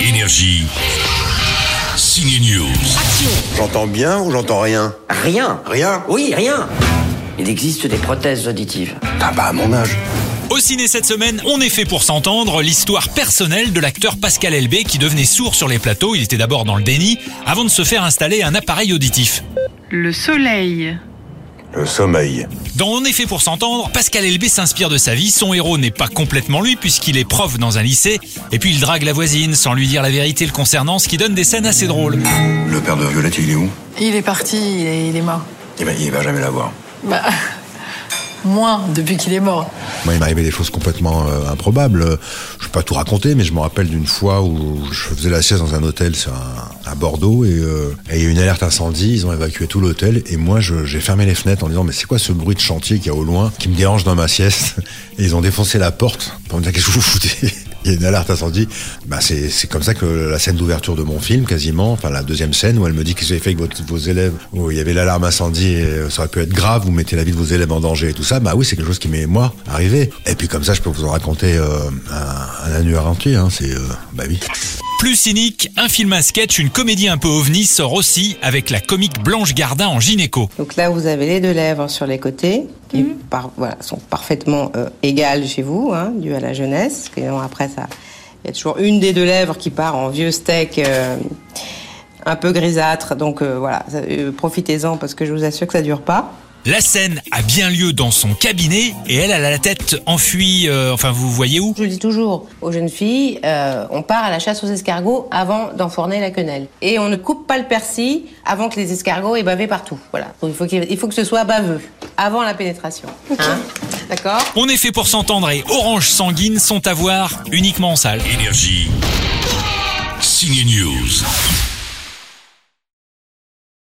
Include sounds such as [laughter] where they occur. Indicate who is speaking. Speaker 1: Énergie. Signe News.
Speaker 2: J'entends bien ou j'entends rien
Speaker 3: Rien.
Speaker 2: Rien
Speaker 3: Oui, rien. Il existe des prothèses auditives.
Speaker 2: Ah bah à mon âge.
Speaker 4: Au ciné cette semaine, on est fait pour s'entendre l'histoire personnelle de l'acteur Pascal Elbé qui devenait sourd sur les plateaux, il était d'abord dans le déni, avant de se faire installer un appareil auditif.
Speaker 5: Le soleil.
Speaker 2: Le sommeil.
Speaker 4: Dans On est fait pour s'entendre, Pascal Elbé s'inspire de sa vie, son héros n'est pas complètement lui puisqu'il est prof dans un lycée, et puis il drague la voisine sans lui dire la vérité le concernant, ce qui donne des scènes assez drôles.
Speaker 2: Le père de Violette, il est où
Speaker 6: Il est parti, il est, il est mort.
Speaker 2: Eh ben, il va jamais la voir.
Speaker 6: Bah, [laughs] moins depuis qu'il est mort.
Speaker 7: Moi, il m'arrivait des choses complètement euh, improbables. Euh, Je ne vais pas tout raconter, mais je me rappelle d'une fois où je faisais la sieste dans un hôtel sur un- à Bordeaux et euh, et il y a eu une alerte incendie. Ils ont évacué tout l'hôtel et moi, je- j'ai fermé les fenêtres en disant mais c'est quoi ce bruit de chantier qu'il y a au loin qui me dérange dans ma sieste [laughs] Et ils ont défoncé la porte pour me dire qu'est-ce que vous foutez Il y a une alerte incendie. Bah, c'est c'est comme ça que la scène d'ouverture de mon film, quasiment, enfin la deuxième scène où elle me dit qu'est-ce que vous avez fait avec votre- vos élèves, où il y avait l'alarme incendie et euh, ça aurait pu être grave, vous mettez la vie de vos élèves en danger et tout ça, bah oui, c'est quelque chose qui m'est, moi, arrivé. Et puis comme ça, je peux vous en raconter euh, un, un annuaire entier, hein, c'est... euh, bah oui.
Speaker 4: Plus cynique, un film à sketch, une comédie un peu ovni sort aussi avec la comique Blanche Gardin en gynéco.
Speaker 8: Donc là, vous avez les deux lèvres sur les côtés, qui par- voilà, sont parfaitement euh, égales chez vous, hein, dues à la jeunesse. Et non, après, ça, il y a toujours une des deux lèvres qui part en vieux steak euh, un peu grisâtre. Donc euh, voilà, ça- euh, profitez-en parce que je vous assure que ça dure pas.
Speaker 4: La scène a bien lieu dans son cabinet et elle, elle a la tête enfuie, euh, enfin vous voyez où
Speaker 8: Je le dis toujours aux jeunes filles, euh, on part à la chasse aux escargots avant d'enfourner la quenelle. Et on ne coupe pas le persil avant que les escargots aient bavé partout. Voilà. Donc, il, faut qu'il- il faut que ce soit baveux, avant la pénétration. Hein D'accord
Speaker 4: On est fait pour s'entendre et Orange Sanguine sont à voir uniquement en salle.
Speaker 1: Énergie. Signe News.